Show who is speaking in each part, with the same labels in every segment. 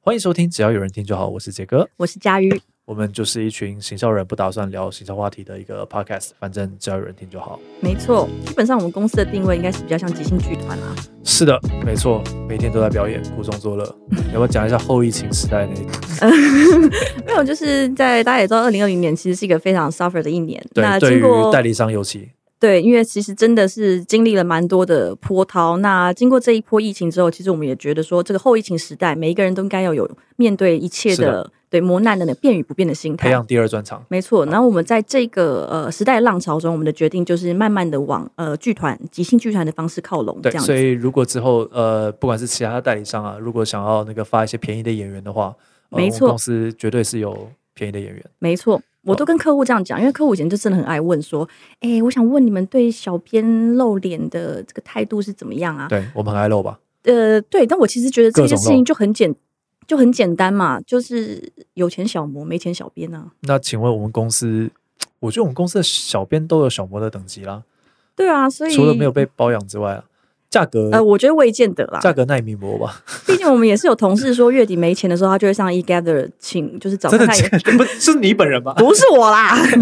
Speaker 1: 欢迎收听，只要有人听就好。我是杰哥，
Speaker 2: 我是佳瑜。
Speaker 1: 我们就是一群行销人，不打算聊行销话题的一个 podcast，反正只要有人听就好。
Speaker 2: 没错，基本上我们公司的定位应该是比较像即兴剧团啊。
Speaker 1: 是的，没错，每天都在表演，苦中 作乐。要不要讲一下后疫情时代那一个？
Speaker 2: 没有，就是在大家也知道，二零二零年其实是一个非常 suffer 的一年。那
Speaker 1: 对，对
Speaker 2: 经
Speaker 1: 于
Speaker 2: 过
Speaker 1: 代理商尤其，
Speaker 2: 对，因为其实真的是经历了蛮多的波涛。那经过这一波疫情之后，其实我们也觉得说，这个后疫情时代，每一个人都应该要有面对一切
Speaker 1: 是
Speaker 2: 的
Speaker 1: 的
Speaker 2: 对磨难的那变与不变的心
Speaker 1: 培
Speaker 2: 态。
Speaker 1: 养第二专场。
Speaker 2: 没错，然后我们在这个呃时代浪潮中，我们的决定就是慢慢的往呃剧团即兴剧团的方式靠拢，这
Speaker 1: 对，
Speaker 2: 样
Speaker 1: 所
Speaker 2: 子。
Speaker 1: 以如果之后呃，不管是其他代理商啊，如果想要那个发一些便宜的演员的话，呃、
Speaker 2: 没
Speaker 1: 我们
Speaker 2: 错
Speaker 1: 公司绝对是有便宜的演员。
Speaker 2: 没错，我
Speaker 1: 哦
Speaker 2: 都跟客户这样讲，因为客户以前就真的很爱问说：“哎、我想问你们对小编露脸的这个态度是怎么样啊
Speaker 1: 对我们很爱露吧？？”
Speaker 2: 呃，对，但我其实觉得这
Speaker 1: 各
Speaker 2: 件
Speaker 1: 种
Speaker 2: 事情就很简，就很简单嘛，就是有钱小模，没钱小编啊。
Speaker 1: 那请问我们公司，我觉得我们公司的小编都有小模的等级啦，
Speaker 2: 对啊，所以
Speaker 1: 除了没有被包养之外啊，价格、
Speaker 2: 呃，我觉得未见得啦。
Speaker 1: 价格耐名模吧，
Speaker 2: 毕竟我们也是有同事说月底没钱的时候，他就会上 eGather 请，就是找
Speaker 1: 真的
Speaker 2: 看看有
Speaker 1: 假的 不是你本人吧？
Speaker 2: 不是 我啦，就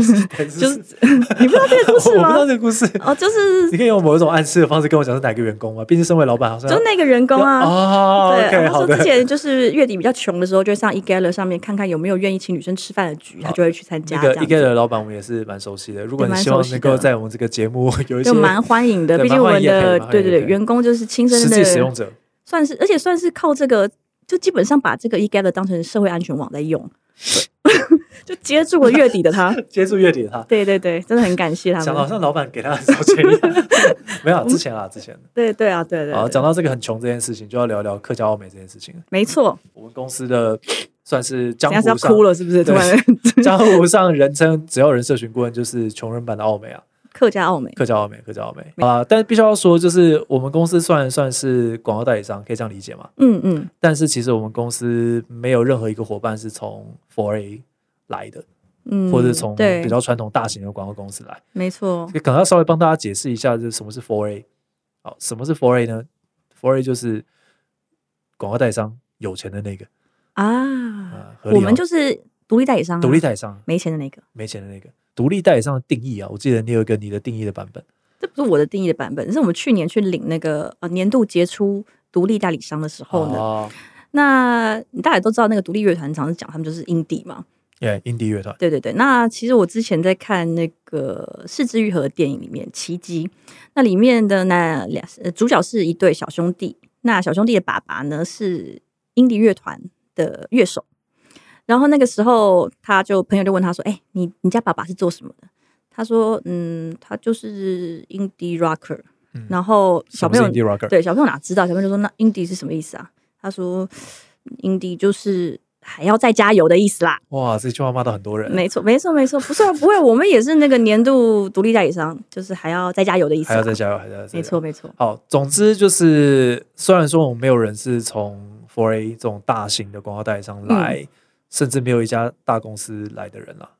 Speaker 2: 是你不知道这个故事
Speaker 1: 我不知道
Speaker 2: 吗？
Speaker 1: 这个故事，
Speaker 2: 哦，就是
Speaker 1: 你可以用某一种暗示的方式跟我讲是哪个员工吗？啊毕竟身为老板，好像
Speaker 2: 就是那个员工啊，
Speaker 1: 哦
Speaker 2: 对，
Speaker 1: ，OK，
Speaker 2: 他
Speaker 1: 好
Speaker 2: 说之
Speaker 1: 的，
Speaker 2: 前就是月底比较穷的时候，就会上 eGather 上面看看有没有愿意请女生吃饭的局，他啊就会去参加
Speaker 1: 哦那个 E
Speaker 2: 这样
Speaker 1: 一个
Speaker 2: 子。
Speaker 1: 的老板，我们也是蛮熟悉的。如果
Speaker 2: 对
Speaker 1: 你
Speaker 2: 蛮
Speaker 1: 希望
Speaker 2: 熟悉
Speaker 1: 能够
Speaker 2: 的
Speaker 1: 在我们这个节目有一些
Speaker 2: 就蛮欢迎的，
Speaker 1: 对
Speaker 2: 毕竟我们的
Speaker 1: 蛮欢迎业配蛮欢迎
Speaker 2: 对对对
Speaker 1: 业配
Speaker 2: 员工就是亲身
Speaker 1: 实际使用
Speaker 2: 的，
Speaker 1: 者，
Speaker 2: 算是而且算是靠这个，就基本上把这个 eGather 当成社会安全网在用， 就接住了月底的 他。
Speaker 1: 接触月底的他，
Speaker 2: 对对对，真的很感谢他
Speaker 1: 想好
Speaker 2: 们。
Speaker 1: 像老板给他很少钱一 样，没有啊之前啊，之前。
Speaker 2: 对对啊，对对
Speaker 1: 好，
Speaker 2: 对
Speaker 1: 讲到这个很穷这件事情，就要聊聊客家奥美这件事情了。
Speaker 2: 没错。
Speaker 1: 我们公司的算是江
Speaker 2: 等一下是要
Speaker 1: 湖上
Speaker 2: 哭了是不是？突
Speaker 1: 对
Speaker 2: 然
Speaker 1: 江湖上人称只要有人社群顾问就是穷人版的奥美 啊，
Speaker 2: 客 家奥美，
Speaker 1: 客家奥美，客家奥美啊。但必须要说，就是我们公司虽然算是广告代理商，可以这样理解嘛？
Speaker 2: 嗯嗯，
Speaker 1: 但是其实我们公司没有任何一个伙伴是从 Four A 来的，
Speaker 2: 嗯，
Speaker 1: 或者是从
Speaker 2: 对
Speaker 1: 比较传统大型的广告公司来。
Speaker 2: 没错，
Speaker 1: 可能要稍微帮大家解释一下，就是什么是 Four A。好，什么是 Four A 呢？Four A 就是广告代理商有钱的那个
Speaker 2: 啊，
Speaker 1: 啊，合理
Speaker 2: 我们
Speaker 1: 哦
Speaker 2: 就是独立代理商啊，
Speaker 1: 独立代理商
Speaker 2: 没钱的那个，
Speaker 1: 没钱的那个。独立代理商的定义啊，我记得你有一个你的定义的版本。
Speaker 2: 这不是我的定义的版本，是我们去年去领那个呃年度杰出独立代理商的时候呢，
Speaker 1: 哦，
Speaker 2: 那你大家也都知道那个独立乐团常常讲他们就是 indie 嘛，
Speaker 1: 耶，印地乐团。
Speaker 2: 对对对。那其实我之前在看那个《四肢愈合》的电影里面《奇迹》，那里面的那两呃主角是一对小兄弟，那小兄弟的爸爸呢是 indie 乐团的乐手，然后那个时候他就朋友就问他说：“哎、你你家爸爸是做什么的？”他说：“嗯，他就是 indie rocker。
Speaker 1: 嗯”
Speaker 2: 然后小朋友
Speaker 1: i n d i rocker，
Speaker 2: 对，小朋友哪知道？小朋友就说：“那 indie 是什么意思啊？”他说：“indie 就是还要再加油的意思啦。
Speaker 1: 哇，这句话骂到很多”人，
Speaker 2: 没错，没错，没错，不是啊不会，我们也是那个年度独立代理商，就是还要再加油的意思
Speaker 1: 还
Speaker 2: 啦。
Speaker 1: 要再加油，还要再加油
Speaker 2: 没错，。没错，
Speaker 1: 好，总之就是，虽然说我们没有人是从 Four A 这种大型的广告代理商来，
Speaker 2: 嗯
Speaker 1: 甚至没有一家大公司来的人啦，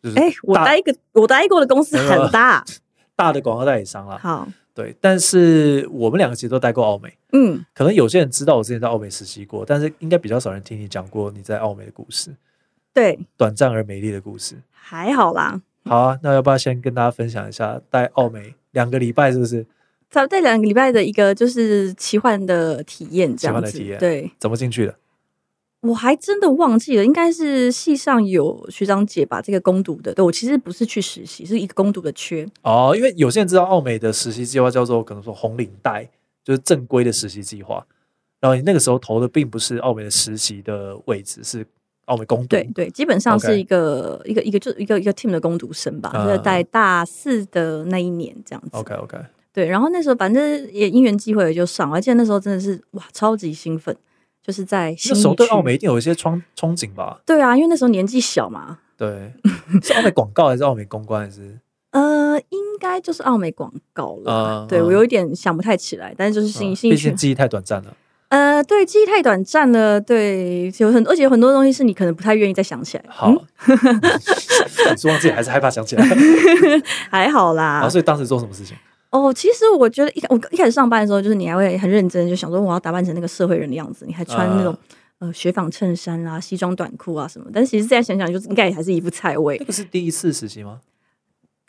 Speaker 1: 就是
Speaker 2: 哎、我
Speaker 1: 大
Speaker 2: 待一个我待过的公司
Speaker 1: 没有
Speaker 2: 很大，
Speaker 1: 大的广告代理商啦。
Speaker 2: 好，
Speaker 1: 对，但是我们两个其实都待过奥美，
Speaker 2: 嗯，
Speaker 1: 可能有些人知道我之前在奥美实习过，但是应该比较少人听你讲过你在奥美的故事，
Speaker 2: 对，
Speaker 1: 短暂而美丽的故事。
Speaker 2: 还好啦。
Speaker 1: 好啊，那要不要先跟大家分享一下在奥美两个礼拜是不是？
Speaker 2: 在在两个礼拜的一个就是奇幻的体验，
Speaker 1: 奇
Speaker 2: 这
Speaker 1: 幻
Speaker 2: 样
Speaker 1: 的
Speaker 2: 子
Speaker 1: 体验。
Speaker 2: 对，
Speaker 1: 怎么进去的？
Speaker 2: 我还真的忘记了，应该是系上有学长姐把这个攻读的。对我其实不是去实习，是一个攻读的缺。
Speaker 1: 哦，因为有些人知道奥美的实习计划叫做可能说红领带，就是正规的实习计划。然后你那个时候投的并不是奥美的实习的位置，是奥美攻读。
Speaker 2: 对对，基本
Speaker 1: 嗯
Speaker 2: 上
Speaker 1: OK
Speaker 2: 是一个一个一个就一个一个 team 的攻读生吧，
Speaker 1: 嗯
Speaker 2: 就是在大四的那一年这样子。
Speaker 1: ，OK OK，
Speaker 2: 对，然后那时候反正也因缘际会也就上，我还记得那时候真的是哇，超级兴奋，就是在新
Speaker 1: 那时候对
Speaker 2: 区
Speaker 1: 奥美一定有一些憧憧憬吧？
Speaker 2: 对啊，因为那时候年纪小嘛，
Speaker 1: 对，是奥美广告还是奥美公关还是？
Speaker 2: 呃，应该就是奥美广告了。
Speaker 1: 嗯
Speaker 2: 对
Speaker 1: 嗯
Speaker 2: 我有一点想不太起来，但是就是新
Speaker 1: 嗯
Speaker 2: 新
Speaker 1: 毕
Speaker 2: 区
Speaker 1: 竟记忆太短暂了。
Speaker 2: 呃，对，记忆太短暂了，对，有很而且有很多东西是你可能不太愿意再想起来。
Speaker 1: 好， 你是忘记还是害怕想起 来？
Speaker 2: 还好
Speaker 1: 然
Speaker 2: 啦
Speaker 1: 后。所以当时做什么事情？
Speaker 2: 哦，其实我觉得
Speaker 1: 啊
Speaker 2: 一我一开始上班的时候，就是你还会很认真，就想说我要打扮成那个社会人的样子，你还穿那种、呃雪纺衬衫啦、西装短裤啊什么，但其实现在想想，就是应该也还是一副菜味
Speaker 1: 这。个是第一次实习吗？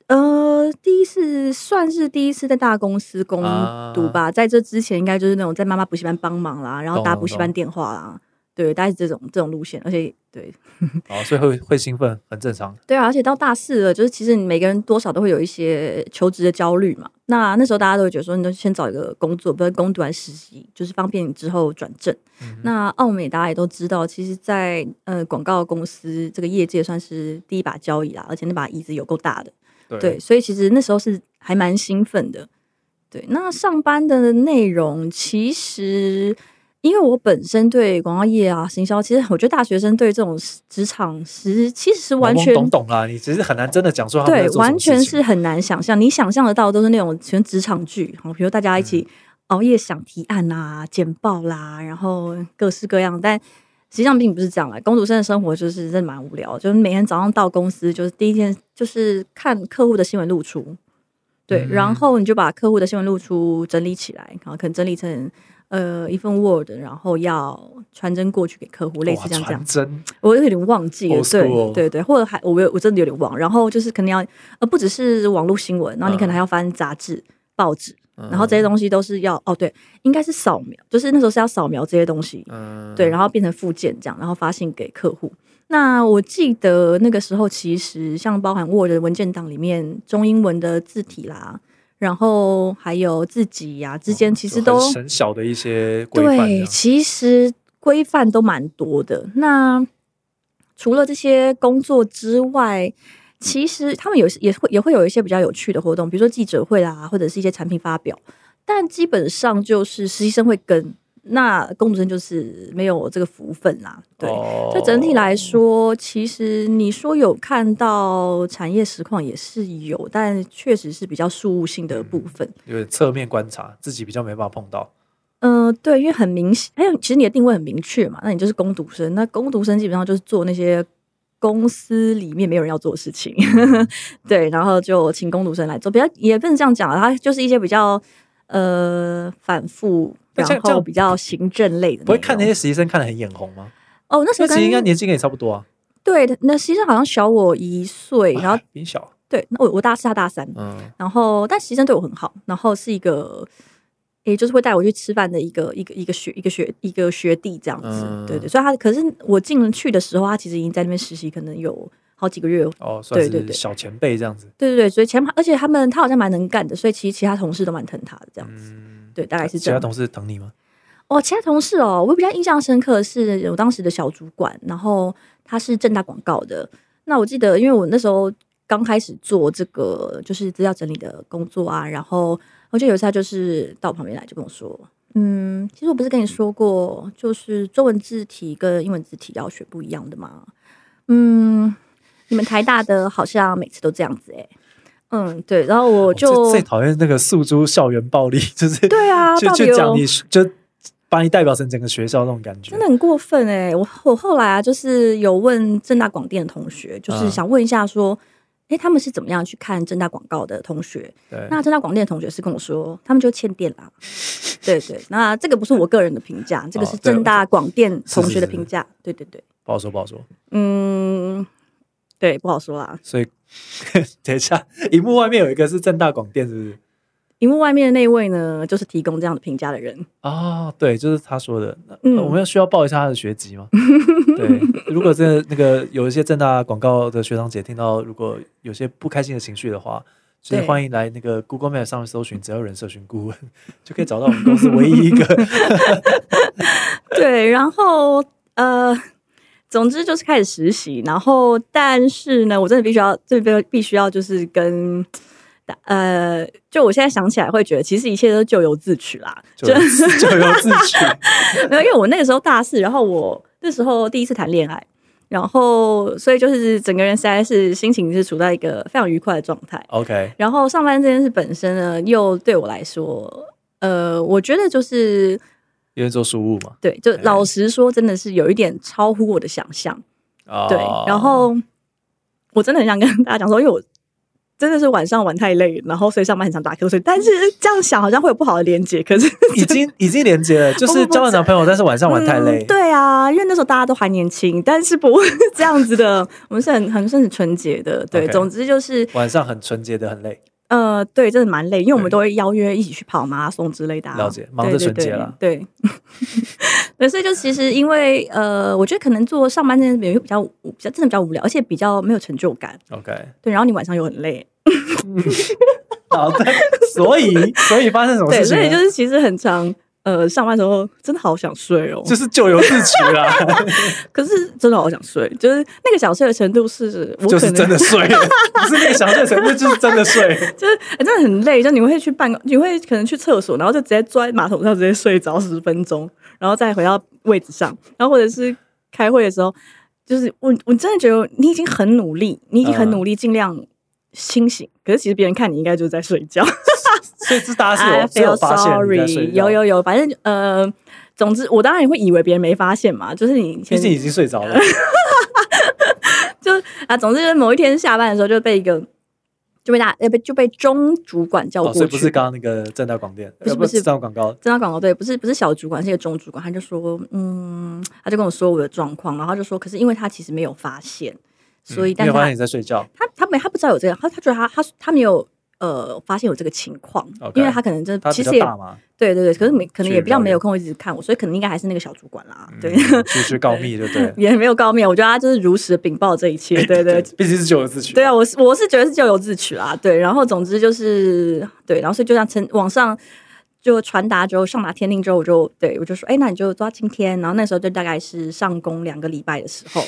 Speaker 2: 呃，第一次算是第一次在大公司攻
Speaker 1: 啊
Speaker 2: 读吧，在这之前应该就是那种在妈妈补习班帮忙啦，然后
Speaker 1: 懂
Speaker 2: 打
Speaker 1: 懂
Speaker 2: 补习班
Speaker 1: 懂
Speaker 2: 电话啦，对，大概是这种这种路线，而且对
Speaker 1: 哦，所以会会兴奋，很正常。
Speaker 2: 对啊，而且到大四了，就是其实你每个人多少都会有一些求职的焦虑嘛。那那时候大家都会觉得说，你都先找一个工作，不要攻读完实习，就是方便你之后转正。
Speaker 1: 嗯
Speaker 2: 那奥美大家也都知道，其实在，呃广告公司这个业界算是第一把交椅啦，而且那把椅子有够大的，对，所以其实那时候是还蛮兴奋的。对，那上班的内容其实。因为我本身对广告业啊、行销，其实我觉得大学生对这种职场实其实是完全
Speaker 1: 懂懂啦，你只是很难真的讲出他们在
Speaker 2: 对，
Speaker 1: 做什么
Speaker 2: 完全
Speaker 1: 事情
Speaker 2: 是很难想象。你想象得到都是那种全职场剧，好，比如大家一起
Speaker 1: 嗯
Speaker 2: 熬夜想提案啦、简报啦，然后各式各样。但实际上并不是这样啦。工读生的生活就是真的蛮无聊，就是每天早上到公司，就是第一天就是看客户的新闻露出，对，
Speaker 1: 嗯
Speaker 2: 然后你就把客户的新闻露出整理起来，然后可能整理成。呃，一份 Word，然后要传真过去给客户，类似
Speaker 1: 哇
Speaker 2: 像这
Speaker 1: 传。
Speaker 2: 样
Speaker 1: 真
Speaker 2: 我有点忘记了，
Speaker 1: Old school
Speaker 2: 对对对，或者还我有我真的有点忘。然后就是可能要呃，不只是网络新闻，然后你可能
Speaker 1: 嗯
Speaker 2: 还要翻杂志、报纸，然后这些东西都是要哦，对，应该是扫描，就是那时候是要扫描这些东西，
Speaker 1: 嗯
Speaker 2: 对，然后变成附件这样，然后发信给客户。那我记得那个时候，其实像包含 Word 的文件档里面中英文的字体啦，然后还有自己呀、之间其
Speaker 1: 哦
Speaker 2: 实
Speaker 1: 就
Speaker 2: 都
Speaker 1: 很很小的一些规范这
Speaker 2: 对，
Speaker 1: 样，
Speaker 2: 其实规范都蛮多的。那除了这些工作之外，其实他们有也会也会有一些比较有趣的活动，比如说记者会啦，或者是一些产品发表。但基本上就是实习生会跟，那工读生就是没有这个福分啦。对，
Speaker 1: 哦
Speaker 2: 所以整体来说，其实你说有看到产业实况也是有，但确实是比较事务性的部分。
Speaker 1: 有点侧面观察，自己比较没办法碰到。
Speaker 2: 嗯、对，因为很明显，还有其实你的定位很明确嘛，那你就是攻读生，那攻读生基本上就是做那些公司里面没有人要做的事情，
Speaker 1: 嗯
Speaker 2: 对，然后就请攻读生来做，比较也不能这样讲啊，它就是一些比较呃反复，
Speaker 1: 那这
Speaker 2: 然
Speaker 1: 样这
Speaker 2: 后
Speaker 1: 样
Speaker 2: 比较行政类的内容，
Speaker 1: 不会看那些实习生看得很眼红吗？
Speaker 2: 哦，那时
Speaker 1: 那
Speaker 2: 候
Speaker 1: 其实应该
Speaker 2: 跟
Speaker 1: 年纪跟你差不多啊，
Speaker 2: 对，那实际上好像小我一岁，然后
Speaker 1: 哎比你小，
Speaker 2: 对，那我我大四，他大三，
Speaker 1: 嗯，
Speaker 2: 然后但实习生对我很好，然后是一个，也就是会带我去吃饭的一个一个一个学一个学一个学弟这样子，
Speaker 1: 嗯
Speaker 2: 对对，所以他可是我进去的时候，他其实已经在那边实习，可能有好几个月，
Speaker 1: 哦，算
Speaker 2: 对对
Speaker 1: 是
Speaker 2: 对
Speaker 1: 小前辈这样子，
Speaker 2: 对对对，所以前而且他们他好像蛮能干的，所以其实其他同事都蛮疼他的这样子，
Speaker 1: 嗯，
Speaker 2: 对，大概是
Speaker 1: 其
Speaker 2: 这
Speaker 1: 他
Speaker 2: 样。
Speaker 1: 同事等你吗？
Speaker 2: 哦，其他同事哦，我比较印象深刻的是我当时的小主管，然后他是正大广告的。那我记得，因为我那时候刚开始做这个就是资料整理的工作啊，然后我记得有一次他就是到我旁边来就跟我说，嗯，其实我不是跟你说过，就是中文字体跟英文字体要学不一样的吗？嗯，你们台大的好像每次都这样子诶、嗯，对，然后我
Speaker 1: 我
Speaker 2: 就、
Speaker 1: 哦最讨厌那个诉诸校园暴力，就是
Speaker 2: 对啊，
Speaker 1: 就
Speaker 2: 到底
Speaker 1: 就讲
Speaker 2: 有
Speaker 1: 你就把你代表成整个学校那种感觉，
Speaker 2: 真的很过分哎、我我后来啊，就是有问正大广电的同学，就是
Speaker 1: 嗯
Speaker 2: 想问一下说，哎、他们是怎么样去看正大广告的同学？
Speaker 1: 对，
Speaker 2: 那正大广电的同学是跟我说，他们就欠电 啦。对对，那这个不是我个人的评价，这个
Speaker 1: 哦
Speaker 2: 是
Speaker 1: 对
Speaker 2: 正大广电同
Speaker 1: 是
Speaker 2: 学的
Speaker 1: 是是
Speaker 2: 评价。对对对，
Speaker 1: 不好说不好说。
Speaker 2: 嗯，对，不好说啦。
Speaker 1: 所以 等一下，荧幕外面有一个是正大广电，是不是？
Speaker 2: 荧幕外面的那位呢，就是提供这样的评价的人。
Speaker 1: 啊、对，就是他说的。那
Speaker 2: 嗯
Speaker 1: 我们要需要报一下他的学籍 吗？对，如果真的那个有一些正大广告的学长姐听到，如果有些不开心的情绪的话，就是
Speaker 2: 对
Speaker 1: 欢迎来那个 Google Map 上面搜寻“只要有人社群顾问”，就可以找到我们公司唯一一个
Speaker 2: 对，然后呃，总之就是开始实习，然后但是呢，我真的必须要，这边必须要就是跟。呃，就我现在想起来会觉得，其实一切都是咎由自取啦。
Speaker 1: 就咎由自取。
Speaker 2: 没有，因为我那个时候大四，然后我那时候第一次谈恋爱，然后所以就是整个人实在是心情是处在一个非常愉快的状态。
Speaker 1: OK，
Speaker 2: 然后上班这件事本身呢，又对我来说，呃，我觉得就是
Speaker 1: 因为做书务嘛，
Speaker 2: 对，就
Speaker 1: 哎
Speaker 2: 老实说，真的是有一点超乎我的想象。
Speaker 1: 啊、
Speaker 2: 对，然后我真的很想跟大家讲说，因为我真的是晚上玩太累，然后所以上班很常打瞌睡。但是这样想好像会有 不好的连结，可是
Speaker 1: 已经已经连接了，就
Speaker 2: 不
Speaker 1: 是
Speaker 2: 不不
Speaker 1: 交了男朋友，但是晚上玩太累
Speaker 2: 嗯。对啊，因为那时候大家都还年轻，但是不会这样子的，我们是很很是很纯洁的。对
Speaker 1: OK
Speaker 2: 总之就是
Speaker 1: 晚上很纯洁的，很累。
Speaker 2: 呃，对，真的蛮累，因为我们
Speaker 1: 对
Speaker 2: 都会邀约一起去跑马拉松之类的、啊。
Speaker 1: 了解忙着
Speaker 2: 对对
Speaker 1: 纯洁啦
Speaker 2: 对， 对对，所以就其实因为呃，我觉得可能做上班这件事情比较无比较真的比较无聊，而且比较没有成就感。
Speaker 1: OK，
Speaker 2: 对，然后你晚上又很累，
Speaker 1: 好的。 所以，所以发生什么
Speaker 2: 对，
Speaker 1: 事情
Speaker 2: 所以就
Speaker 1: 呢？
Speaker 2: 是其实很长。呃，上班的时候真的好想睡哦，
Speaker 1: 就是咎由自取 啦，
Speaker 2: 可是真的好想睡，就是那个想睡的程度是，我可能
Speaker 1: 就是真的睡了，不是那个想睡程度，就是真的睡。
Speaker 2: 就是、欸真的很累，就你会去办公，你会可能去厕所，然后就直接坐在马桶上直接睡着十分钟，然后再回到位置上，然后或者是开会的时候，就是我我真的觉得你已经很努力，你已经
Speaker 1: 嗯
Speaker 2: 很努力，尽量清醒，可是其实别人看你应该就是在睡觉。
Speaker 1: 所以这大家是
Speaker 2: I
Speaker 1: 有是有
Speaker 2: feel
Speaker 1: 发现你在睡
Speaker 2: sorry，
Speaker 1: 觉
Speaker 2: 有，有有，反正呃，总之我当然也会以为别人没发现嘛，就是你
Speaker 1: 毕竟已经睡着
Speaker 2: 嗯
Speaker 1: 了。
Speaker 2: 就啊，总之就是某一天下班的时候就被一个就被大呃被就被中主管叫
Speaker 1: 哦，
Speaker 2: 过
Speaker 1: 所
Speaker 2: 去，
Speaker 1: 以不是刚刚那个正大广电，
Speaker 2: 不是嗯
Speaker 1: 呃
Speaker 2: 不是
Speaker 1: 正大广告。
Speaker 2: 正大广告队不是不是小主管，是一个中主管，他就说，嗯，他就跟我说我的状况，然后他就说，可是因为他其实没有发现，所以、
Speaker 1: 嗯
Speaker 2: 但
Speaker 1: 没有
Speaker 2: 是
Speaker 1: 发
Speaker 2: 他
Speaker 1: 现你在睡觉。
Speaker 2: 他他没他不知道有这个，他他觉得他他他没有呃发现有这个情况
Speaker 1: OK
Speaker 2: 因为他可能真的
Speaker 1: 他
Speaker 2: 其
Speaker 1: 比较
Speaker 2: 实也
Speaker 1: 大嘛，
Speaker 2: 对对对，可是没可能
Speaker 1: 去
Speaker 2: 也比较
Speaker 1: 了解
Speaker 2: 没有空一直看我，所以可能应该还是那个小主管啦，对。？
Speaker 1: 嗯去去告密，对不对
Speaker 2: 也没有告密，我觉得他就是如实禀报这一切，
Speaker 1: 哎
Speaker 2: 对 对，
Speaker 1: 毕竟是咎由自取。
Speaker 2: 对啊，我是我是觉得是咎由自取啦，对。然后总之就是对，然后所以就这样称网上就传达之后，上达天令之后，我就对我就说，哎，那你就抓今天。然后那时候就大概是上工两个礼拜的时候，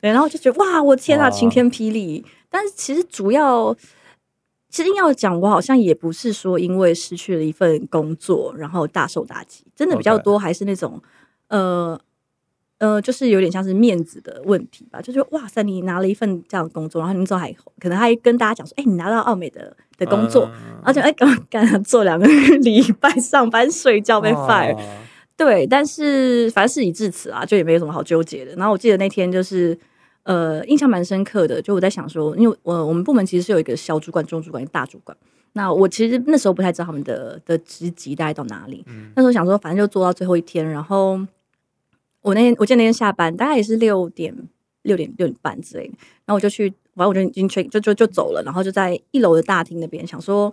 Speaker 2: 对，然后就觉得哇，我天啊，
Speaker 1: 哇
Speaker 2: 晴天霹雳！但是其实主要。其实硬要讲，我好像也不是说因为失去了一份工作，然后大受打击，真的比较
Speaker 1: OK
Speaker 2: 多还是那种呃呃，就是有点像是面子的问题吧，就是哇塞，你拿了一份这样的工作，然后你之后还可能还跟大家讲说，哎、你拿到奥美的的工作，
Speaker 1: 嗯
Speaker 2: 而且哎，刚刚做两个 礼拜上班睡觉被 fire，、
Speaker 1: 哦
Speaker 2: 对，但是反正事已至此啊，就也没有什么好纠结的。然后我记得那天就是。呃，印象蛮深刻的，就我在想说，因为我我们部门其实是有一个小主管、中主管、大主管。那我其实那时候不太知道他们的的职级大概到哪里，
Speaker 1: 嗯
Speaker 2: 那时候想说，反正就做到最后一天。然后我那天，我记得那天下班大概也是六点、六点、六点半之类的。然后我就去，反正我就已经 check 就就就走了。然后就在一楼的大厅那边想说，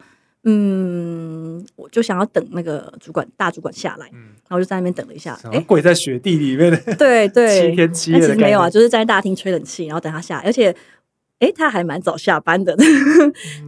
Speaker 2: 嗯，我就想要等那个主管大主管下来。
Speaker 1: 嗯
Speaker 2: 然后我就在那边等了一下，
Speaker 1: 什
Speaker 2: 哎、
Speaker 1: 么鬼在雪地里面的
Speaker 2: 对对，
Speaker 1: 七天七
Speaker 2: 那
Speaker 1: 夜的
Speaker 2: 其实
Speaker 1: 概念
Speaker 2: 没有啊，就是在大厅吹冷气，然后等他下来，而且。哎，他还蛮早下班的，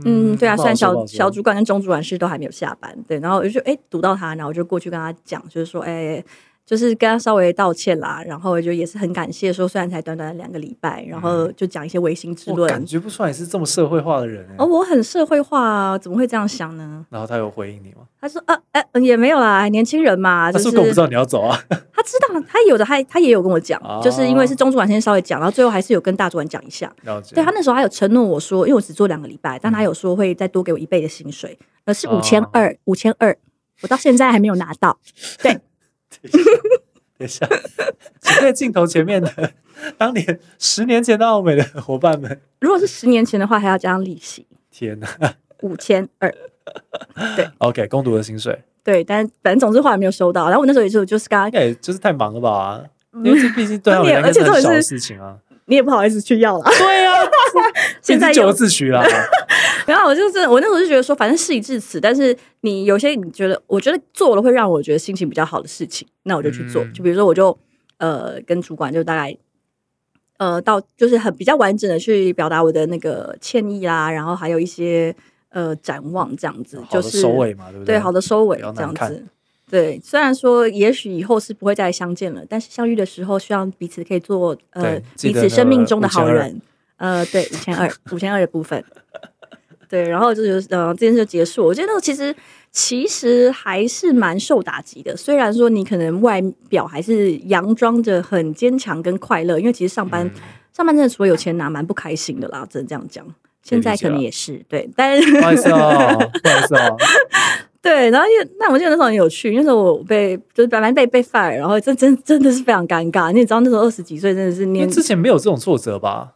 Speaker 2: 嗯，对啊，
Speaker 1: 不
Speaker 2: 虽
Speaker 1: 好说不
Speaker 2: 然小
Speaker 1: 好说
Speaker 2: 小主管跟中主管是都还没有下班，对，然后我就哎堵到他，然后我就过去跟他讲，就是说，哎，就是跟他稍微道歉啦，然后我就也是很感谢说，虽然才短短两个礼拜，然后就讲一些唯心之
Speaker 1: 我
Speaker 2: 论
Speaker 1: 嗯感，觉不出来你是这么社会化的人欸。
Speaker 2: 哦，我很社会化啊，怎么会这样想呢？
Speaker 1: 然后他有回应你吗？
Speaker 2: 他说，呃，哎，也没有啦，年轻人嘛，
Speaker 1: 他
Speaker 2: 就是
Speaker 1: 是不是根本不知道你要走啊？
Speaker 2: 他知道，他有的他他也有跟我讲，
Speaker 1: 哦
Speaker 2: 就是因为是中主管先稍微讲，然后最后还是有跟大主管讲一下。
Speaker 1: 了解。
Speaker 2: 对啊嗯他那时候还有承诺我说，因为我只做两个礼拜，但他有说会再多给我一倍的薪水，呃是五千二，五千二，我到现在还没有拿到。
Speaker 1: 等一下，请对镜头前面的当年十年前到澳美的伙伴们，
Speaker 2: 如果是十年前的话，还要加上利息
Speaker 1: 天哪
Speaker 2: 五千二。
Speaker 1: ！OK，攻读的薪水，
Speaker 2: 对，但反正总之后来没有收到。然后我那时候也就就是刚
Speaker 1: 应
Speaker 2: 刚
Speaker 1: 该也就是太忙了吧？因为这毕竟对他
Speaker 2: 重
Speaker 1: 们来
Speaker 2: 点
Speaker 1: 讲是很
Speaker 2: 嗯而且重
Speaker 1: 小
Speaker 2: 点
Speaker 1: 的
Speaker 2: 是
Speaker 1: 事情啊。
Speaker 2: 你也不好意思去要了，
Speaker 1: 对啊，
Speaker 2: 现在
Speaker 1: 九
Speaker 2: 有
Speaker 1: 由自 取啦。
Speaker 2: 然后我就是我那时候就觉得说，反正事已至此，但是你有些你觉得，我觉得做了会让我觉得心情比较好的事情，那我就去做。
Speaker 1: 嗯
Speaker 2: 就比如说，我就呃跟主管就大概呃到就是很比较完整的去表达我的那个歉意啦，然后还有一些呃展望这样子，
Speaker 1: 好
Speaker 2: 就
Speaker 1: 的
Speaker 2: 是
Speaker 1: 收尾嘛，对不
Speaker 2: 对好的收尾
Speaker 1: 不要
Speaker 2: 这
Speaker 1: 难
Speaker 2: 样
Speaker 1: 看
Speaker 2: 子。对，虽然说也许以后是不会再相见了，但是相遇的时候，希望彼此可以做呃
Speaker 1: 对记
Speaker 2: 彼
Speaker 1: 得
Speaker 2: 此生命
Speaker 1: 那个
Speaker 2: 中的好
Speaker 1: 5200
Speaker 2: 人。呃，对，五千二，五千二的部分。对，然后就是呃，这件事就结束。我觉得那个其实其实还是蛮受打击的。虽然说你可能外表还是佯装着很坚强跟快乐，因为其实上班、
Speaker 1: 嗯
Speaker 2: 上班真的除了有钱拿，蛮不开心的啦。只能这样讲，现在
Speaker 1: 啊
Speaker 2: 可能也是对，但
Speaker 1: 不好意思哦，不好意思 哦，
Speaker 2: 对，然后因为那我记得那时候很有趣，那时候我被就是本来被被 fire，然后真真真的是非常尴尬。你也知道那时候二十几岁，真的是
Speaker 1: 因为
Speaker 2: 念
Speaker 1: 之前没有这种挫折吧？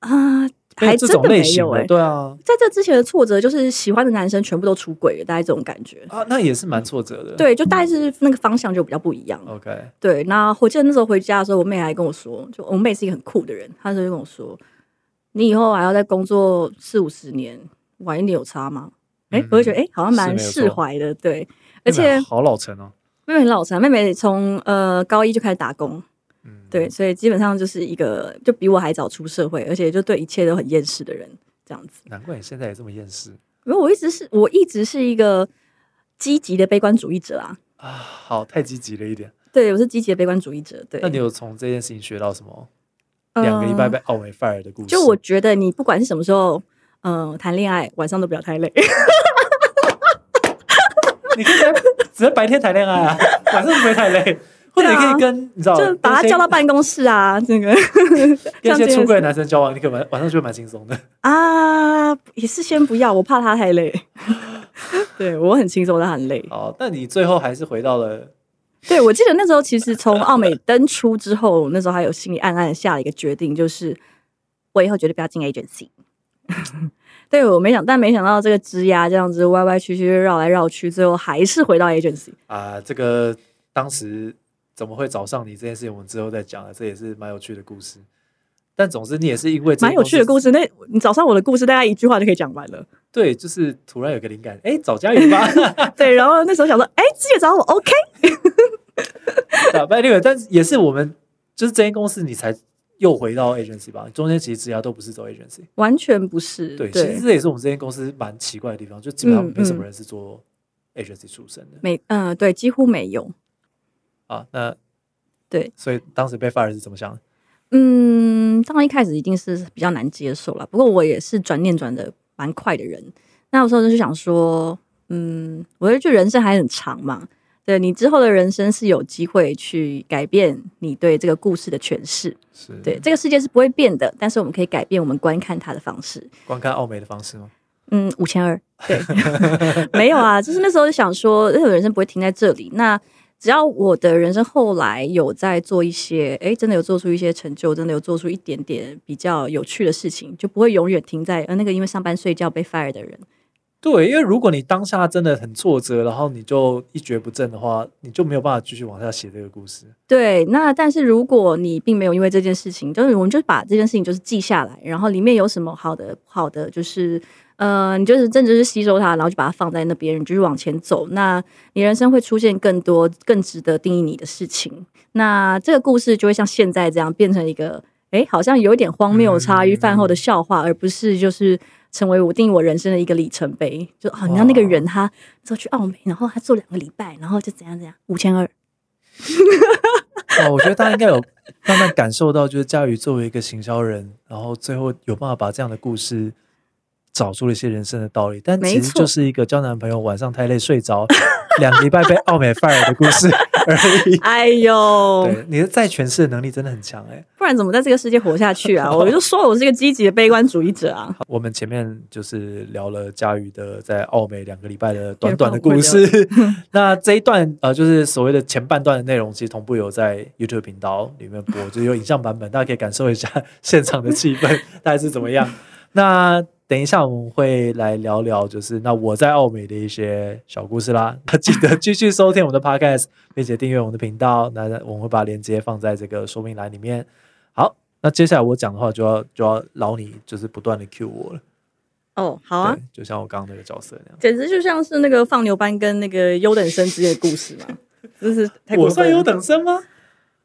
Speaker 2: 啊、
Speaker 1: 没有
Speaker 2: 还
Speaker 1: 这
Speaker 2: 真
Speaker 1: 种
Speaker 2: 的
Speaker 1: 类
Speaker 2: 没
Speaker 1: 型
Speaker 2: 有哎、
Speaker 1: 的，对啊，
Speaker 2: 在这之前的挫折就是喜欢的男生全部都出轨了，大概这种感觉。
Speaker 1: 啊，那也是蛮挫折的。
Speaker 2: 对，就大概是那个方向就比较不一样。
Speaker 1: ，OK，
Speaker 2: 对，那我记得那时候回家的时候，我妹还跟我说，就我妹是一个很酷的人，她那时候就跟我说，你以后还要再工作四五十年，晚一点有差吗？哎、
Speaker 1: 嗯
Speaker 2: 我就觉得哎、诶好像
Speaker 1: 是
Speaker 2: 蛮
Speaker 1: 没有
Speaker 2: 释
Speaker 1: 错
Speaker 2: 怀的，对。
Speaker 1: 妹
Speaker 2: 而
Speaker 1: 妹
Speaker 2: 且
Speaker 1: 好老成哦，
Speaker 2: 妹妹很老啊成，妹妹从呃高一就开始打工，
Speaker 1: 嗯，
Speaker 2: 对，所以基本上就是一个就比我还早出社会，而且就对一切都很厌世的人，这样子。
Speaker 1: 难怪你现在也这么厌世
Speaker 2: 因为我一直是我一直是一个积极的悲观主义者啊，
Speaker 1: 啊，好，太积极了一点。
Speaker 2: 对我是积极的悲观主义者，对。
Speaker 1: 那你有从这件事情学到什么？两个礼拜
Speaker 2: 嗯
Speaker 1: 被奥美 fire 的故事，
Speaker 2: 就我觉得你不管是什么时候，嗯、谈恋爱晚上都不要太累。
Speaker 1: 你可以在只在白天谈恋爱啊，晚上会不会太累？或者你可以跟你知道，
Speaker 2: 啊 就把他
Speaker 1: 跟一些
Speaker 2: 叫到办公室啊，这个
Speaker 1: 跟一
Speaker 2: 这
Speaker 1: 些
Speaker 2: 样
Speaker 1: 出柜的男生交往，你可能晚上就会蛮轻松的。
Speaker 2: 啊，也是先不要，我怕他太累。 对我很轻松，他很累。
Speaker 1: 好，那你最后还是回到了
Speaker 2: 对我记得那时候，其实从奥美登出之后，那时候还有心里暗暗下了一个决定，就是我以后绝对不要进 agency。对我没想，但没想到这个枝丫这样子歪歪曲曲绕来绕去，最后还是回到 agency。
Speaker 1: 啊、这个当时怎么会找上你这件事情，我们之后再讲啊，这也是蛮有趣的故事。但总之，你也是因为这个
Speaker 2: 蛮有趣的故
Speaker 1: 公司，
Speaker 2: 事。那你找上我的故事，大概一句话就可以讲完了。
Speaker 1: 对，就是突然有个灵感，哎，找佳 宇吧，
Speaker 2: 对，然后那时候想说，哎，直接找我，OK，
Speaker 1: 打败六，但也是我们就是这间公司，你才又回到 agency 吧，中间其实职涯都不是走 agency。
Speaker 2: 完全不是。
Speaker 1: 对，其实这也是我们这间公司蛮奇怪的地方，就基本上
Speaker 2: 嗯
Speaker 1: 没什么人是做 agency 出身的、
Speaker 2: 没，嗯、对，几乎没有。
Speaker 1: 啊。那
Speaker 2: 对，
Speaker 1: 所以当时被 fire 是怎么想的？
Speaker 2: 嗯，当然一开始一定是比较难接受了，不过我也是转念转的蛮快的人。那有时候就想说，嗯，我就觉得人生还很长嘛，对你之后的人生是有机会去改变你对这个故事的诠释。
Speaker 1: 是
Speaker 2: 对，这个世界是不会变的，但是我们可以改变我们观看它的方式。
Speaker 1: 观看奥美的方式吗？
Speaker 2: 嗯，五千二，对， 没有啊，就是那时候就想说，因为我人生不会停在这里。那只要我的人生后来有在做一些，哎，真的有做出一些成就，真的有做出一点点比较有趣的事情，就不会永远停在呃那个因为上班睡觉被 fire 的人。
Speaker 1: 对，因为如果你当下真的很挫折，然后你就一蹶不振的话，你就没有办法继续往下写这个故事。
Speaker 2: 对，那但是如果你并没有因为这件事情，就是我们就把这件事情就是记下来，然后里面有什么好的不好的，就是呃，你就是真的是吸收它，然后就把它放在那边，你就是往前走。那你人生会出现更多更值得定义你的事情。那这个故事就会像现在这样变成一个，哎，好像有一点荒谬、茶余饭后的笑话，而不是就是。成为我定义我人生的一个里程碑，就啊好，你知道那个
Speaker 1: 哇
Speaker 2: 人他那时候去澳美，然后他做两个礼拜，然后就怎样怎样，五千二，
Speaker 1: 哦，我觉得大家应该有 慢慢感受到，就是佳宇作为一个行销人，然后最后有办法把这样的故事找出了一些人生的道理，但其
Speaker 2: 没
Speaker 1: 实
Speaker 2: 错
Speaker 1: 就是一个交男朋友晚上太累睡着，两个礼拜被奥美 fire 的故 事而已。
Speaker 2: 哎呦，
Speaker 1: 对，你的再诠释的能力真的很强哎、
Speaker 2: 不然怎么在这个世界活下 去啊？我就说我是个积极的悲观主义者啊。
Speaker 1: 我们前面就是聊了佳宇的在澳美两个礼拜的短
Speaker 2: 对
Speaker 1: 短的
Speaker 2: 不然
Speaker 1: 故
Speaker 2: 我
Speaker 1: 事， 那这一段呃，就是所谓的前半段的内容，其实同步有在 YouTube 频道里面播，就是有影像版本，大家可以感受一下 现场的气氛大概是怎么样。那等一下我们会来聊聊，就是那我在澳美的一些小故事啦。那记得继续收听我们的 Podcast，并且订阅我们的频道。那我们会把链接放在这个说明栏里面。好，那接下来我讲的话就要就要劳你，就是不断的 cue 我了。
Speaker 2: 哦，好啊
Speaker 1: 对，，就像我刚刚那个角色那样。
Speaker 2: 简直就像是那个放牛班跟那个优等生之间的故事 嘛。就是太过
Speaker 1: 我
Speaker 2: 分
Speaker 1: 算
Speaker 2: 了
Speaker 1: 优等生吗？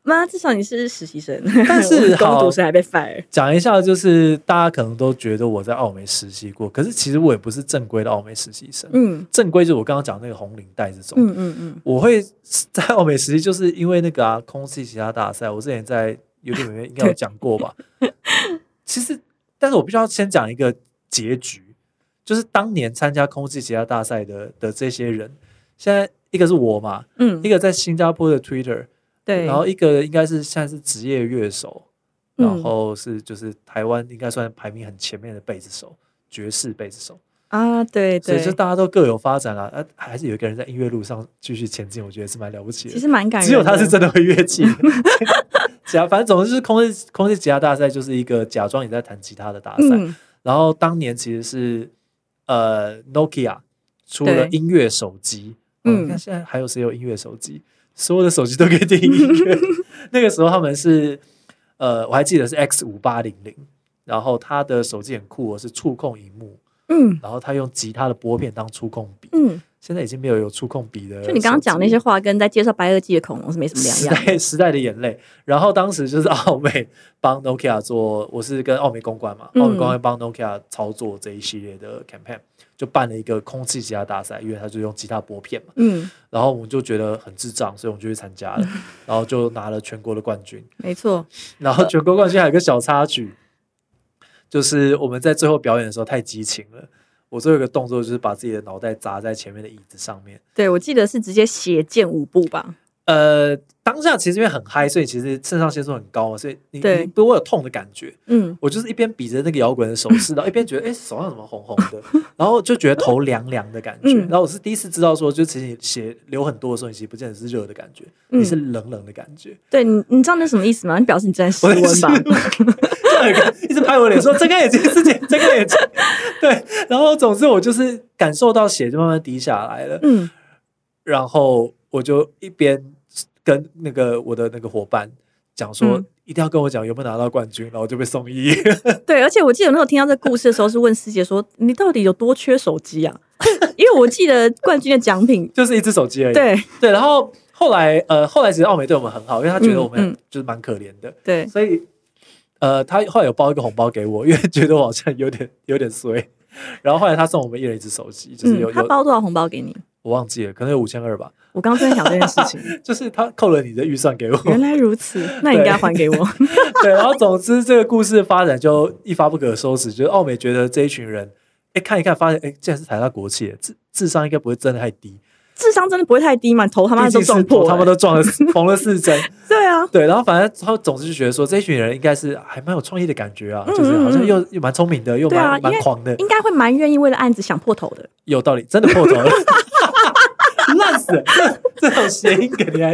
Speaker 2: 妈，至少你是实习生，
Speaker 1: 但是
Speaker 2: 我攻
Speaker 1: 好
Speaker 2: 读生还被 fire。
Speaker 1: 讲一下，就是大家可能都觉得我在澳美实习过，可是其实我也不是正规的澳美实习生。
Speaker 2: 嗯
Speaker 1: 正规就是我刚刚讲那个红领带这种。
Speaker 2: 嗯嗯嗯，
Speaker 1: 我会在澳美实习，就是因为那个啊，空气其他大赛，我之前在 YouTube 里面应该有讲过 吧。其实，但是我必须要先讲一个结局，就是当年参加空气其他大赛的的这些人，现在一个是我嘛，
Speaker 2: 嗯
Speaker 1: 一个在新加坡的 Twitter，
Speaker 2: 对，
Speaker 1: 然后一个应该是现在是职业乐手，
Speaker 2: 嗯
Speaker 1: 然后是就是台湾应该算排名很前面的贝斯手，爵士贝斯手，
Speaker 2: 啊，对
Speaker 1: 所
Speaker 2: 对
Speaker 1: 以，就大家都各有发展啦、啊，还是有一个人在音乐路上继续前进，我觉得是蛮了不起
Speaker 2: 其
Speaker 1: 的。
Speaker 2: 实啊蛮感人的。
Speaker 1: 只有他是真的会乐器， 其他反正总之就是空气空气吉他大赛就是一个假装你在弹吉他的大赛，
Speaker 2: 嗯，
Speaker 1: 然后当年其实是呃 Nokia 出了
Speaker 2: 对
Speaker 1: 音乐手机，嗯，
Speaker 2: 嗯
Speaker 1: 那现在还有谁有音乐手机？所有的手机都可以听音乐。 那个时候他们是呃，我还记得是 X 五八零零，然后它的手机很酷哦，是触控荧幕，
Speaker 2: 嗯
Speaker 1: 然后它用吉他的拨片当触控笔。
Speaker 2: 嗯，
Speaker 1: 现在已经没有有触控笔的手机了。
Speaker 2: 就你刚刚讲那些话，跟在介绍白垩纪的恐龙是没什么
Speaker 1: 时
Speaker 2: 两样。
Speaker 1: 代 时代的眼泪。然后当时就是奥美帮 Nokia 做，我是跟奥美公关嘛，
Speaker 2: 嗯
Speaker 1: 奥美公关帮 Nokia 操作这一系列的 campaign，就办了一个空气吉他大赛，因为他就用吉他拨片嘛。
Speaker 2: 嗯，
Speaker 1: 然后我们就觉得很智障，所以我们就去参加 了，然后就拿了全国的冠军。
Speaker 2: 没错，
Speaker 1: 然后全国冠军还有一个小插曲，就是我们在最后表演的时候太激情了。我最后一个动作就是把自己的脑袋砸在前面的椅子上面，
Speaker 2: 对我记得是直接血溅五步吧？
Speaker 1: 呃，当下其实因为很嗨，所以其实肾上腺素很高嘛，所以你
Speaker 2: 对
Speaker 1: 你不会有痛的感觉。
Speaker 2: 嗯，
Speaker 1: 我就是一边比着那个摇滚的手势，然后一边觉得哎、诶手上怎么红红的， 然后就觉得头凉凉的感觉。
Speaker 2: 嗯
Speaker 1: 然后我是第一次知道说，就其实你血流很多的时候，你其实不见得是热的感觉，
Speaker 2: 嗯
Speaker 1: 你是冷冷的感觉。
Speaker 2: 对你，你知道那什么意思吗？你表示你正在室
Speaker 1: 我
Speaker 2: 温
Speaker 1: 在室
Speaker 2: 吧？
Speaker 1: 一直拍我脸说睁开眼睛，睁开睁开眼睛。对，然后总之我就是感受到血就慢慢滴下来了。
Speaker 2: 嗯，
Speaker 1: 然后我就一边跟那个我的那个伙伴讲说，
Speaker 2: 嗯
Speaker 1: 一定要跟我讲有没有拿到冠军，然后我就被送医。
Speaker 2: 对，而且我记得那时候听到这故事的时候，是问师姐说：“你到底有多缺手机啊？” 因为我记得冠军的奖品，
Speaker 1: 就是一只手机而已。
Speaker 2: 对
Speaker 1: 对然后后来呃，后来其实奥美对我们很好，因为他觉得我
Speaker 2: 嗯
Speaker 1: 们
Speaker 2: 嗯
Speaker 1: 就是蛮可怜的，
Speaker 2: 对，
Speaker 1: 所以呃，他后来有包一个红包给我，因为觉得我好像有点有点衰。然后后来他送我们一人一只手机，就是有、
Speaker 2: 嗯，他
Speaker 1: 有
Speaker 2: 包多少红包给你？
Speaker 1: 我忘记了，可能有五千二吧，
Speaker 2: 我刚刚正在想这件事情，
Speaker 1: 就是他扣了你的预算给我。
Speaker 2: 原来如此，那你应该还给我。
Speaker 1: 对，然后总之这个故事发展就一发不可收拾，就是奥美觉得这一群人，哎，看一看发现，哎，竟然是台大国企，智智商应该不会真的太低，
Speaker 2: 智商真的不会太低嘛？你头他妈
Speaker 1: 毕
Speaker 2: 的都
Speaker 1: 竟
Speaker 2: 撞
Speaker 1: 是
Speaker 2: 破了，
Speaker 1: 他们都 撞了四缝了四针，
Speaker 2: 对啊，
Speaker 1: 对，然后反正他总是觉得说这一群人应该是还蛮有创意的感觉啊，
Speaker 2: 嗯
Speaker 1: 就是好
Speaker 2: 嗯
Speaker 1: 像
Speaker 2: 嗯
Speaker 1: 又又蛮聪明的，又
Speaker 2: 对
Speaker 1: 蛮、
Speaker 2: 啊因
Speaker 1: 蛮
Speaker 2: 为
Speaker 1: 狂的，
Speaker 2: 应该会蛮愿意为了案子想破头 的。
Speaker 1: 有道理，真的破头 了，烂死了，这这种谐音梗你还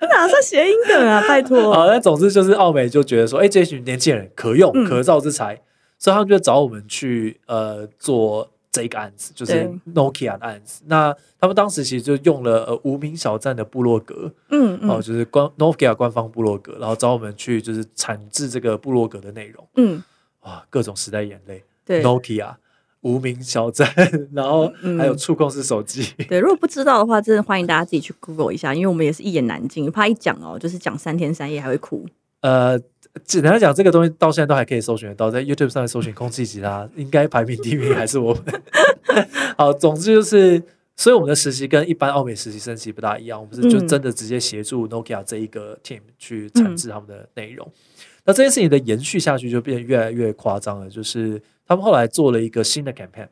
Speaker 2: 哪算谐音梗啊？拜托，
Speaker 1: 好，那总之就是奥美就觉得说，哎、这群年轻人可用、
Speaker 2: 嗯
Speaker 1: 可造之材，所以他们就找我们去呃做这个案子，就是
Speaker 2: 对
Speaker 1: Nokia 的案子。那他们当时其实就用了呃无名小站的部落格，
Speaker 2: 嗯
Speaker 1: 哦、
Speaker 2: 嗯
Speaker 1: 就是官 Nokia 官方部落格，然后找我们去就是产制这个部落格的内容，
Speaker 2: 嗯，
Speaker 1: 哇，各种时代眼泪
Speaker 2: 对
Speaker 1: ，Nokia 无名小站， 然后
Speaker 2: 嗯
Speaker 1: 还有触控式手机，
Speaker 2: 对。如果不知道的话，真的欢迎大家自己去 Google 一下，因为我们也是一言难尽，怕一讲哦，就是讲三天三夜还会哭。
Speaker 1: 呃，简单讲，这个东西到现在都还可以搜寻得到，在 YouTube 上面搜寻空气吉他，应该排名第一名还是我们。 好，总之就是，所以我们的实习跟一般欧美实习生其实不大一样，我们是就
Speaker 2: 嗯
Speaker 1: 真的直接协助 Nokia 这一个 team 去产制他们的内容。那这件事情的延续下去，就变得越来越夸张了。就是他们后来做了一个新的 campaign，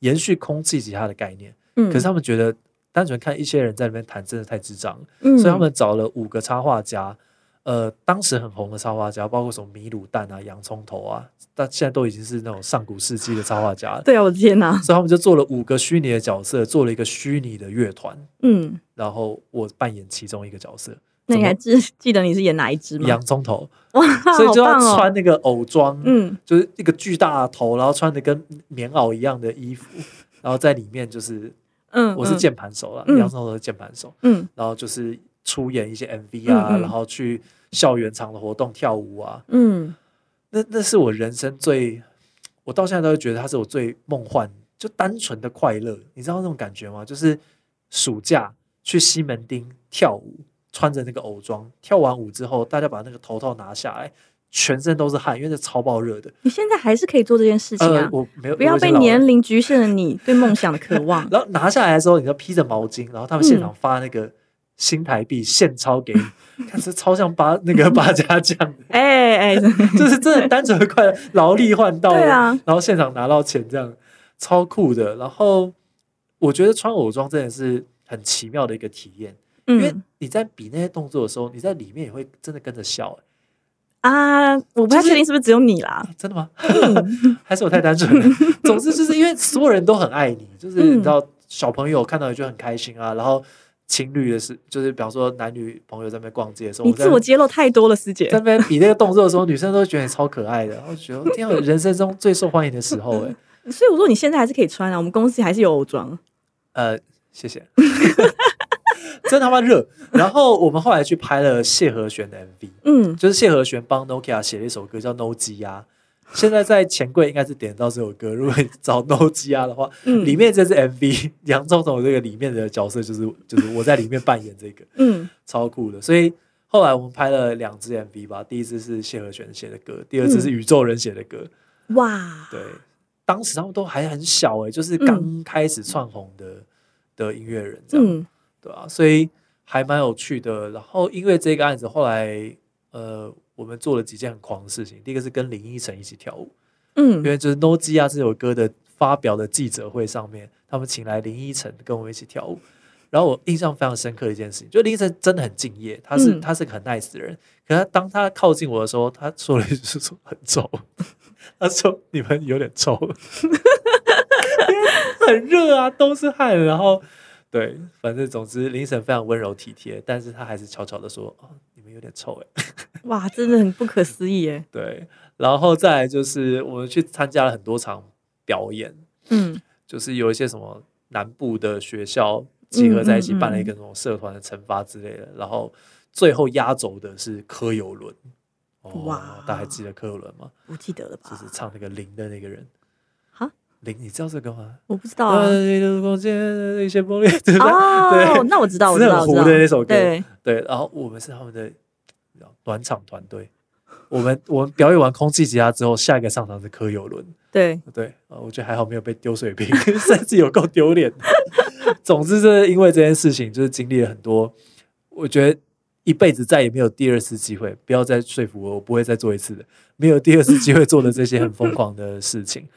Speaker 1: 延续空气吉他的概念，
Speaker 2: 嗯，
Speaker 1: 可是他们觉得单纯看一些人在那边弹，真的太智障了。
Speaker 2: 嗯
Speaker 1: 所以他们找了五个插画家，呃，当时很红的插画家，包括什么米卤蛋啊、洋葱头啊，但现在都已经是那种上古世纪的插画家了。
Speaker 2: 对啊，我的天哪，
Speaker 1: 所以他们就做了五个虚拟的角色，做了一个虚拟的乐团，
Speaker 2: 嗯，
Speaker 1: 然后我扮演其中一个角色，
Speaker 2: 那你还记记得你是演哪一只吗？
Speaker 1: 洋葱头，
Speaker 2: 哇，
Speaker 1: 所以
Speaker 2: 好
Speaker 1: 就要
Speaker 2: 棒哦！
Speaker 1: 穿那个偶装，
Speaker 2: 嗯，
Speaker 1: 就是一个巨大的头，然后穿的跟棉袄一样的衣服，然后在里面就是
Speaker 2: 嗯，
Speaker 1: 我是
Speaker 2: 嗯
Speaker 1: 键盘手了，
Speaker 2: 嗯
Speaker 1: 洋葱头是键盘手，
Speaker 2: 嗯
Speaker 1: 然后就是出演一些 MV 啊，
Speaker 2: 嗯嗯
Speaker 1: 然后去校园场的活动跳舞啊，
Speaker 2: 嗯，
Speaker 1: 那那是我人生最，我到现在都会觉得它是我最梦幻，就单纯的快乐，你知道那种感觉吗？就是暑假去西门町跳舞，穿着那个偶装，跳完舞之后，大家把那个头套拿下来，全身都是汗，因为那超爆热的。
Speaker 2: 你现在还是可以做这件事情
Speaker 1: 呃
Speaker 2: 啊，，
Speaker 1: 我没有
Speaker 2: 不要
Speaker 1: 我已经
Speaker 2: 被
Speaker 1: 老了。
Speaker 2: 年龄局限了你对梦想的渴望
Speaker 1: 然后拿下来的时候，你就披着毛巾，然后他们
Speaker 2: 嗯
Speaker 1: 现场发那个新台币现钞给 你，看这超像八那个八家将 的，
Speaker 2: 哎哎，
Speaker 1: 就是真的单纯的快乐，劳力换到的，
Speaker 2: 对啊
Speaker 1: 然后现场拿到钱这样，超酷的。然后我觉得穿偶装真的是很奇妙的一个体验，因为
Speaker 2: 嗯
Speaker 1: 你在比那些动作的时候，你在里面也会真的跟着笑、欸
Speaker 2: 啊，我不太确定是不是只有你啦。
Speaker 1: 真的吗？
Speaker 2: 嗯
Speaker 1: 还是我太单纯了？ 总之就是因为所有人都很爱你，就是
Speaker 2: 嗯
Speaker 1: 你知道小朋友看到你就很开心啊，然后情侣的事，就是比方说男女朋友在那边逛街的时候，
Speaker 2: 你
Speaker 1: 我在
Speaker 2: 自我揭露太多了，师姐
Speaker 1: 在。那边比那个动作的时候，女生都觉得你超可爱的，我觉得天啊，人生中最受欢迎的时候 哎、
Speaker 2: 所以我说你现在还是可以穿啊，我们公司还是有偶装。
Speaker 1: 呃，谢谢， 真他妈热。然后我们后来去拍了谢和弦的 MV，
Speaker 2: 嗯，
Speaker 1: 就是谢和弦帮 Nokia 写了一首歌叫《No G》啊。现在在钱柜应该是点到这首歌，如果你找 No G 啊的话，
Speaker 2: 嗯
Speaker 1: 里面这支 MV 杨宗统这个里面的角色就是就是我在里面扮演这个，
Speaker 2: 嗯
Speaker 1: 超酷的。所以后来我们拍了两支 MV 吧，第一支是谢和弦写的歌，第二
Speaker 2: 嗯
Speaker 1: 支是宇宙人写的歌。
Speaker 2: 哇，
Speaker 1: 对，当时他们都还很小哎、就是刚开始窜红的、的音乐人这样，
Speaker 2: 嗯
Speaker 1: 对啊，所以还蛮有趣的。然后因为这个案子，后来呃，我们做了几件很狂的事情。第一个是跟林依晨一起跳舞，因
Speaker 2: 嗯，
Speaker 1: 为就是《No G 啊》这首歌的发表的记者会上面，他们请来林依晨跟我们一起跳舞。然后我印象非常深刻的一件事情，就林依晨真的很敬业，他是、
Speaker 2: 嗯
Speaker 1: 他是个很 nice 的人。可他当他靠近我的时候，他说了一句是说很臭，他说你们有点臭，因为很热啊，都是汗。然后对，反正总之林依晨非常温柔体贴，但是他还是悄悄的说哦，你们有点臭哎、
Speaker 2: 哇，真的很不可思议耶。
Speaker 1: 对，然后再来就是我们去参加了很多场表演，
Speaker 2: 嗯
Speaker 1: 就是有一些什么南部的学校集合在一起
Speaker 2: 嗯嗯嗯
Speaker 1: 办了一个那种社团的惩罚之类的，然后最后压轴的是柯有伦。哦
Speaker 2: 哇
Speaker 1: 大家还记得柯有伦吗？
Speaker 2: 不记得了吧？
Speaker 1: 就是唱那个《零》的那个人。
Speaker 2: 哈，
Speaker 1: 零，你知道这个吗？
Speaker 2: 我不知道啊。
Speaker 1: 一路光见一些崩裂， 对不对？
Speaker 2: 哦
Speaker 1: 呃对，
Speaker 2: 那我知道，我
Speaker 1: 是
Speaker 2: 知
Speaker 1: 很
Speaker 2: 道，我知
Speaker 1: 糊
Speaker 2: 道。
Speaker 1: 的那首歌
Speaker 2: 对，
Speaker 1: 对，然后我们是他们的你知道暖场团队。我们我们表演完空气吉他之后，下一个上场是柯有伦。
Speaker 2: 对，
Speaker 1: 对，呃，我觉得还好没有被丢水瓶， 甚至有够丢脸的。总之，就是因为这件事情，就是经历了很多，我觉得一辈子再也没有第二次机会，不要再说服我，我不会再做一次的，没有第二次机会做的这些很疯狂的事情。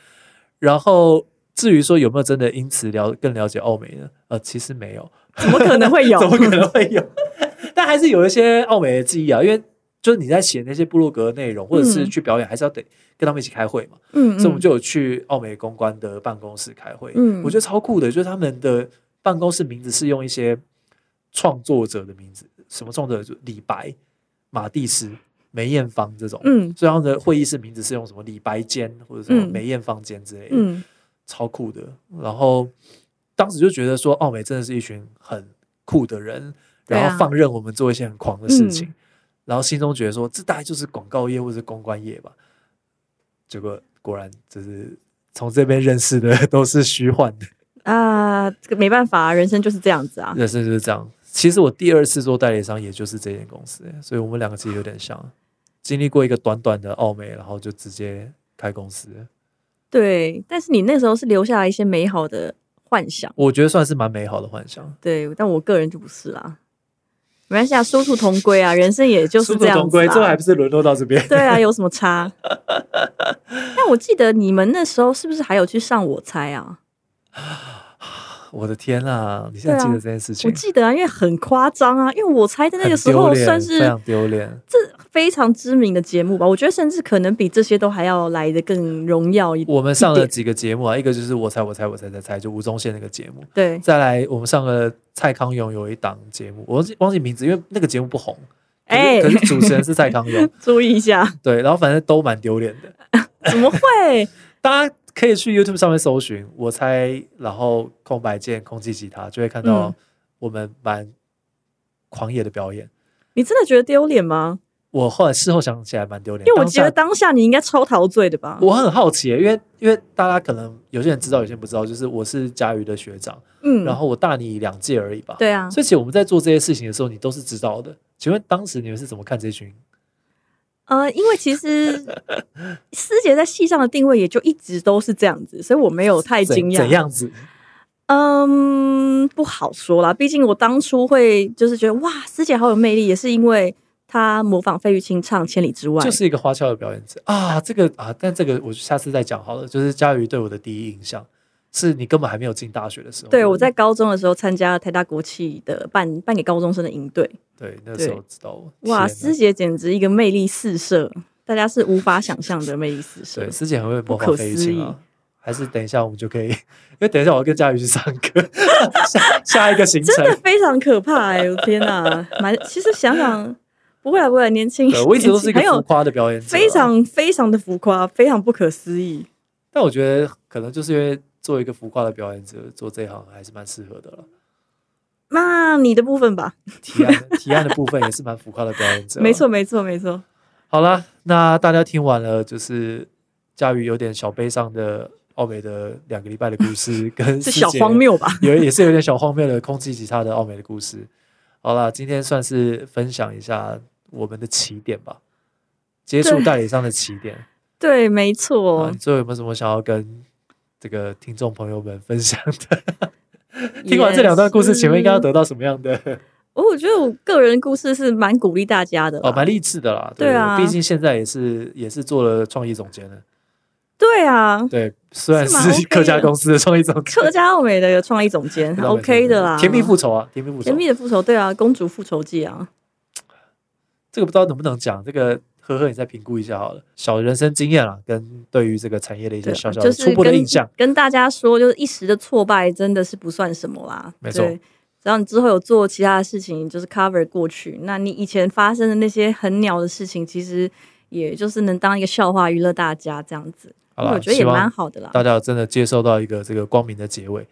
Speaker 1: 然后，至于说有没有真的因此了更了解澳美呢？呃，其实没有，
Speaker 2: 怎么可能会 有？
Speaker 1: 怎么可能会有？但还是有一些奥美的记忆啊，因为就是你在写那些部落格的内容，或者是
Speaker 2: 嗯
Speaker 1: 去表演，还是要得跟他们一起开会嘛。
Speaker 2: 嗯，嗯
Speaker 1: 所以我们就有去奥美公关的办公室开会。
Speaker 2: 嗯
Speaker 1: 我觉得超酷的，就是他们的办公室名字是用一些创作者的名字，什么创作者，就李白、马蒂斯、梅艳芳这种。
Speaker 2: 嗯
Speaker 1: 所以他们的会议室名字是用什么李白间或者什么
Speaker 2: 嗯
Speaker 1: 梅艳芳间之类的。
Speaker 2: 嗯
Speaker 1: 超酷的。然后当时就觉得说，奥美真的是一群很酷的人，
Speaker 2: 对啊嗯
Speaker 1: 然后放任我们做一些很狂的事情，然后心中觉得说，这大概就是广告业或者公关业吧。结果果然就是从这边认识的都是虚幻的，
Speaker 2: 啊，这个没办法，人生就是这样子啊。
Speaker 1: 人生就是这样。其实我第二次做代理商，也就是这间公司，所以我们两个其实有点像，经历过一个短短的奥美，然后就直接开公司，
Speaker 2: 对，但是你那时候是留下来一些美好的幻想，
Speaker 1: 我觉得算是蛮美好的幻想。
Speaker 2: 对，但我个人就不是啦。没关系啊，殊途同归啊，人生也就是
Speaker 1: 殊
Speaker 2: 这
Speaker 1: 途
Speaker 2: 样
Speaker 1: 同
Speaker 2: 子
Speaker 1: 归，最后还
Speaker 2: 啦
Speaker 1: 不。是沦落到这边？
Speaker 2: 对啊，有什么差？ 但我记得你们那时候是不是还有去上我猜啊？
Speaker 1: 我的天啊！你现在
Speaker 2: 对啊
Speaker 1: 记得这件事情，
Speaker 2: 我记得啊，因为很夸张啊，因为我猜在那个时
Speaker 1: 很丢
Speaker 2: 候
Speaker 1: 脸
Speaker 2: 算
Speaker 1: 非
Speaker 2: 是
Speaker 1: 常丢脸。
Speaker 2: 这非常知名的节目吧，我觉得甚至可能比这些都还要来的更荣耀一点。
Speaker 1: 我们上
Speaker 2: 一
Speaker 1: 了
Speaker 2: 点
Speaker 1: 几个节目啊，一个就是我猜我猜我猜猜猜，就吴宗宪那个节目。
Speaker 2: 对，
Speaker 1: 再来，我们上了蔡康永有一档节目，我忘记忘记名字，因为那个节目不红。可是
Speaker 2: 哎
Speaker 1: 可是主持人是蔡康永，
Speaker 2: 注意一下，
Speaker 1: 对，然后反正都蛮丢脸的。
Speaker 2: 怎么会？
Speaker 1: 大家可以去 YouTube 上面搜寻“我猜”，然后空白键空气吉他，就会看到
Speaker 2: 嗯
Speaker 1: 我们蛮狂野的表演。
Speaker 2: 你真的觉得丢脸吗？
Speaker 1: 我后来事后想起来蛮丢脸，
Speaker 2: 因为我
Speaker 1: 当
Speaker 2: 觉
Speaker 1: 下
Speaker 2: 得当下你应该超陶醉的吧？
Speaker 1: 我很好奇耶，因为因为大家可能有些人知道，有些人不知道，就是我是佳瑜的学长，
Speaker 2: 嗯，
Speaker 1: 然后我大你两届而已吧。、
Speaker 2: 对啊，
Speaker 1: 所以其实我们在做这些事情的时候，你都是知道的。请问当时你们是怎么看这群？
Speaker 2: 呃，因为 其实师姐在戏上的定位也就一直都是这样子，所以我没有太
Speaker 1: 怎
Speaker 2: 惊讶。
Speaker 1: 怎样子？
Speaker 2: 嗯，不好说啦。毕竟我当初会就是觉得哇，师姐好有魅力，也是因为她模仿费玉清唱《千里之外》。
Speaker 1: 就是一个花俏的表演者啊，这个啊，但这个我下次再讲好了。就是佳瑜对我的第一印象，是你根本还没有进大学的时候。
Speaker 2: 对，我在高中的时候参加台大国企的办办给高中生的营队，
Speaker 1: 对那时候知道我。
Speaker 2: 哇，
Speaker 1: 天
Speaker 2: 师
Speaker 1: 哪
Speaker 2: 姐简直一个魅力四射，大家是无法想象的魅力四射
Speaker 1: 对。师姐很会模
Speaker 2: 不
Speaker 1: 仿
Speaker 2: 可
Speaker 1: 费玉
Speaker 2: 思
Speaker 1: 清
Speaker 2: 议
Speaker 1: 啊，还是等一下我们就可以，因 为等一下我要跟佳宇去上课， 下下一个行程
Speaker 2: 真。的非常可怕哎、我天哪， 蛮其实想想不会啊，不会啊，年轻，
Speaker 1: 对我一直都是一个
Speaker 2: 年轻还
Speaker 1: 浮
Speaker 2: 有
Speaker 1: 夸的表演者啊，
Speaker 2: 非常非常的浮夸，非常不可思议。
Speaker 1: 但我觉得可能就是因为做一个浮夸的表演者，做这一行还是蛮适合的了。
Speaker 2: 那你的部分吧，
Speaker 1: 提 案提案的部分也是蛮浮夸的表演者，啊
Speaker 2: 没错，。没错，没错。
Speaker 1: 好啦，那大家听完了，就是佳宇有点小悲伤的奥美的两个礼拜的故 事，跟
Speaker 2: 是
Speaker 1: 师
Speaker 2: 小
Speaker 1: 姐
Speaker 2: 荒，谬吧？
Speaker 1: 有也是有点小荒谬的空气吉他的奥美的故事。好啦，今天算是分享一下我们的起点吧，接触
Speaker 2: 对
Speaker 1: 代理商的起点。
Speaker 2: 对，没错。
Speaker 1: 啊，你最后有没有什么想要跟这个听众朋友们分享 的？
Speaker 2: 也
Speaker 1: 听完这两段故事，请问应该要
Speaker 2: 是
Speaker 1: 得到什么样的？
Speaker 2: 哦我觉得我个人故事是蛮鼓励大家的啦
Speaker 1: 哦，蛮励志的啦。
Speaker 2: 对啊
Speaker 1: 毕竟现在也是也是做了创意总监的。
Speaker 2: 对啊，
Speaker 1: 对，虽然
Speaker 2: 是蛮 OK
Speaker 1: 是
Speaker 2: 的
Speaker 1: 客家公司的创意总监，
Speaker 2: 客家奥美的创意 总监
Speaker 1: 客家公司
Speaker 2: ，OK 的啦，
Speaker 1: 甜蜜复仇啊，甜蜜复仇
Speaker 2: 甜，蜜的复仇，对啊，公主复仇记啊，
Speaker 1: 这个不知道能不能讲，这个呵呵，你再评估一下好了。小的人生经验啊，跟对于这个产业的一
Speaker 2: 对
Speaker 1: 些小
Speaker 2: 啊，
Speaker 1: 小
Speaker 2: 就
Speaker 1: 的
Speaker 2: 是
Speaker 1: 初步的
Speaker 2: 跟
Speaker 1: 印象。
Speaker 2: 跟大家说，就是一时的挫败真的是不算什么啦，
Speaker 1: 没错
Speaker 2: 对。只要你之后有做其他的事情，就是 cover 过去，那你以前发生的那些很鸟的事情，其实也就是能当一个笑话娱乐大家这样子，
Speaker 1: 好啦
Speaker 2: 我觉得也
Speaker 1: 希望
Speaker 2: 蛮好的啦。
Speaker 1: 大家有真的接受到一个这个光明的结尾。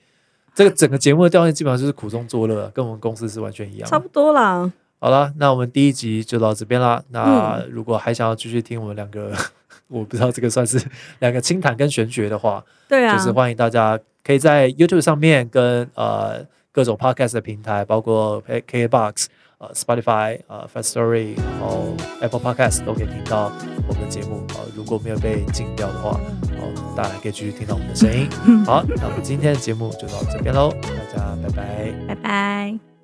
Speaker 1: 这个整个节目的调性基本上就是苦中作乐啊，跟我们公司是完全一样
Speaker 2: 差
Speaker 1: 的。
Speaker 2: 不多啦，
Speaker 1: 好了，那我们第一集就到这边啦。那
Speaker 2: 嗯
Speaker 1: 如果还想要继续听我们两个， 我不知道这个算是两个清谈跟玄学的话，
Speaker 2: 对啊，
Speaker 1: 就是欢迎大家可以在 YouTube 上面跟呃各种 Podcast 的平台，包括 K- KKBox、呃 Spotify、呃 First Story，然后 Apple Podcast 都可以听到我们的节目。呃，如果没有被禁掉的话，哦，大家还可以继续听到 我们的声音。好，那我们今天的节目就到这边喽，大家拜拜。
Speaker 2: 拜拜。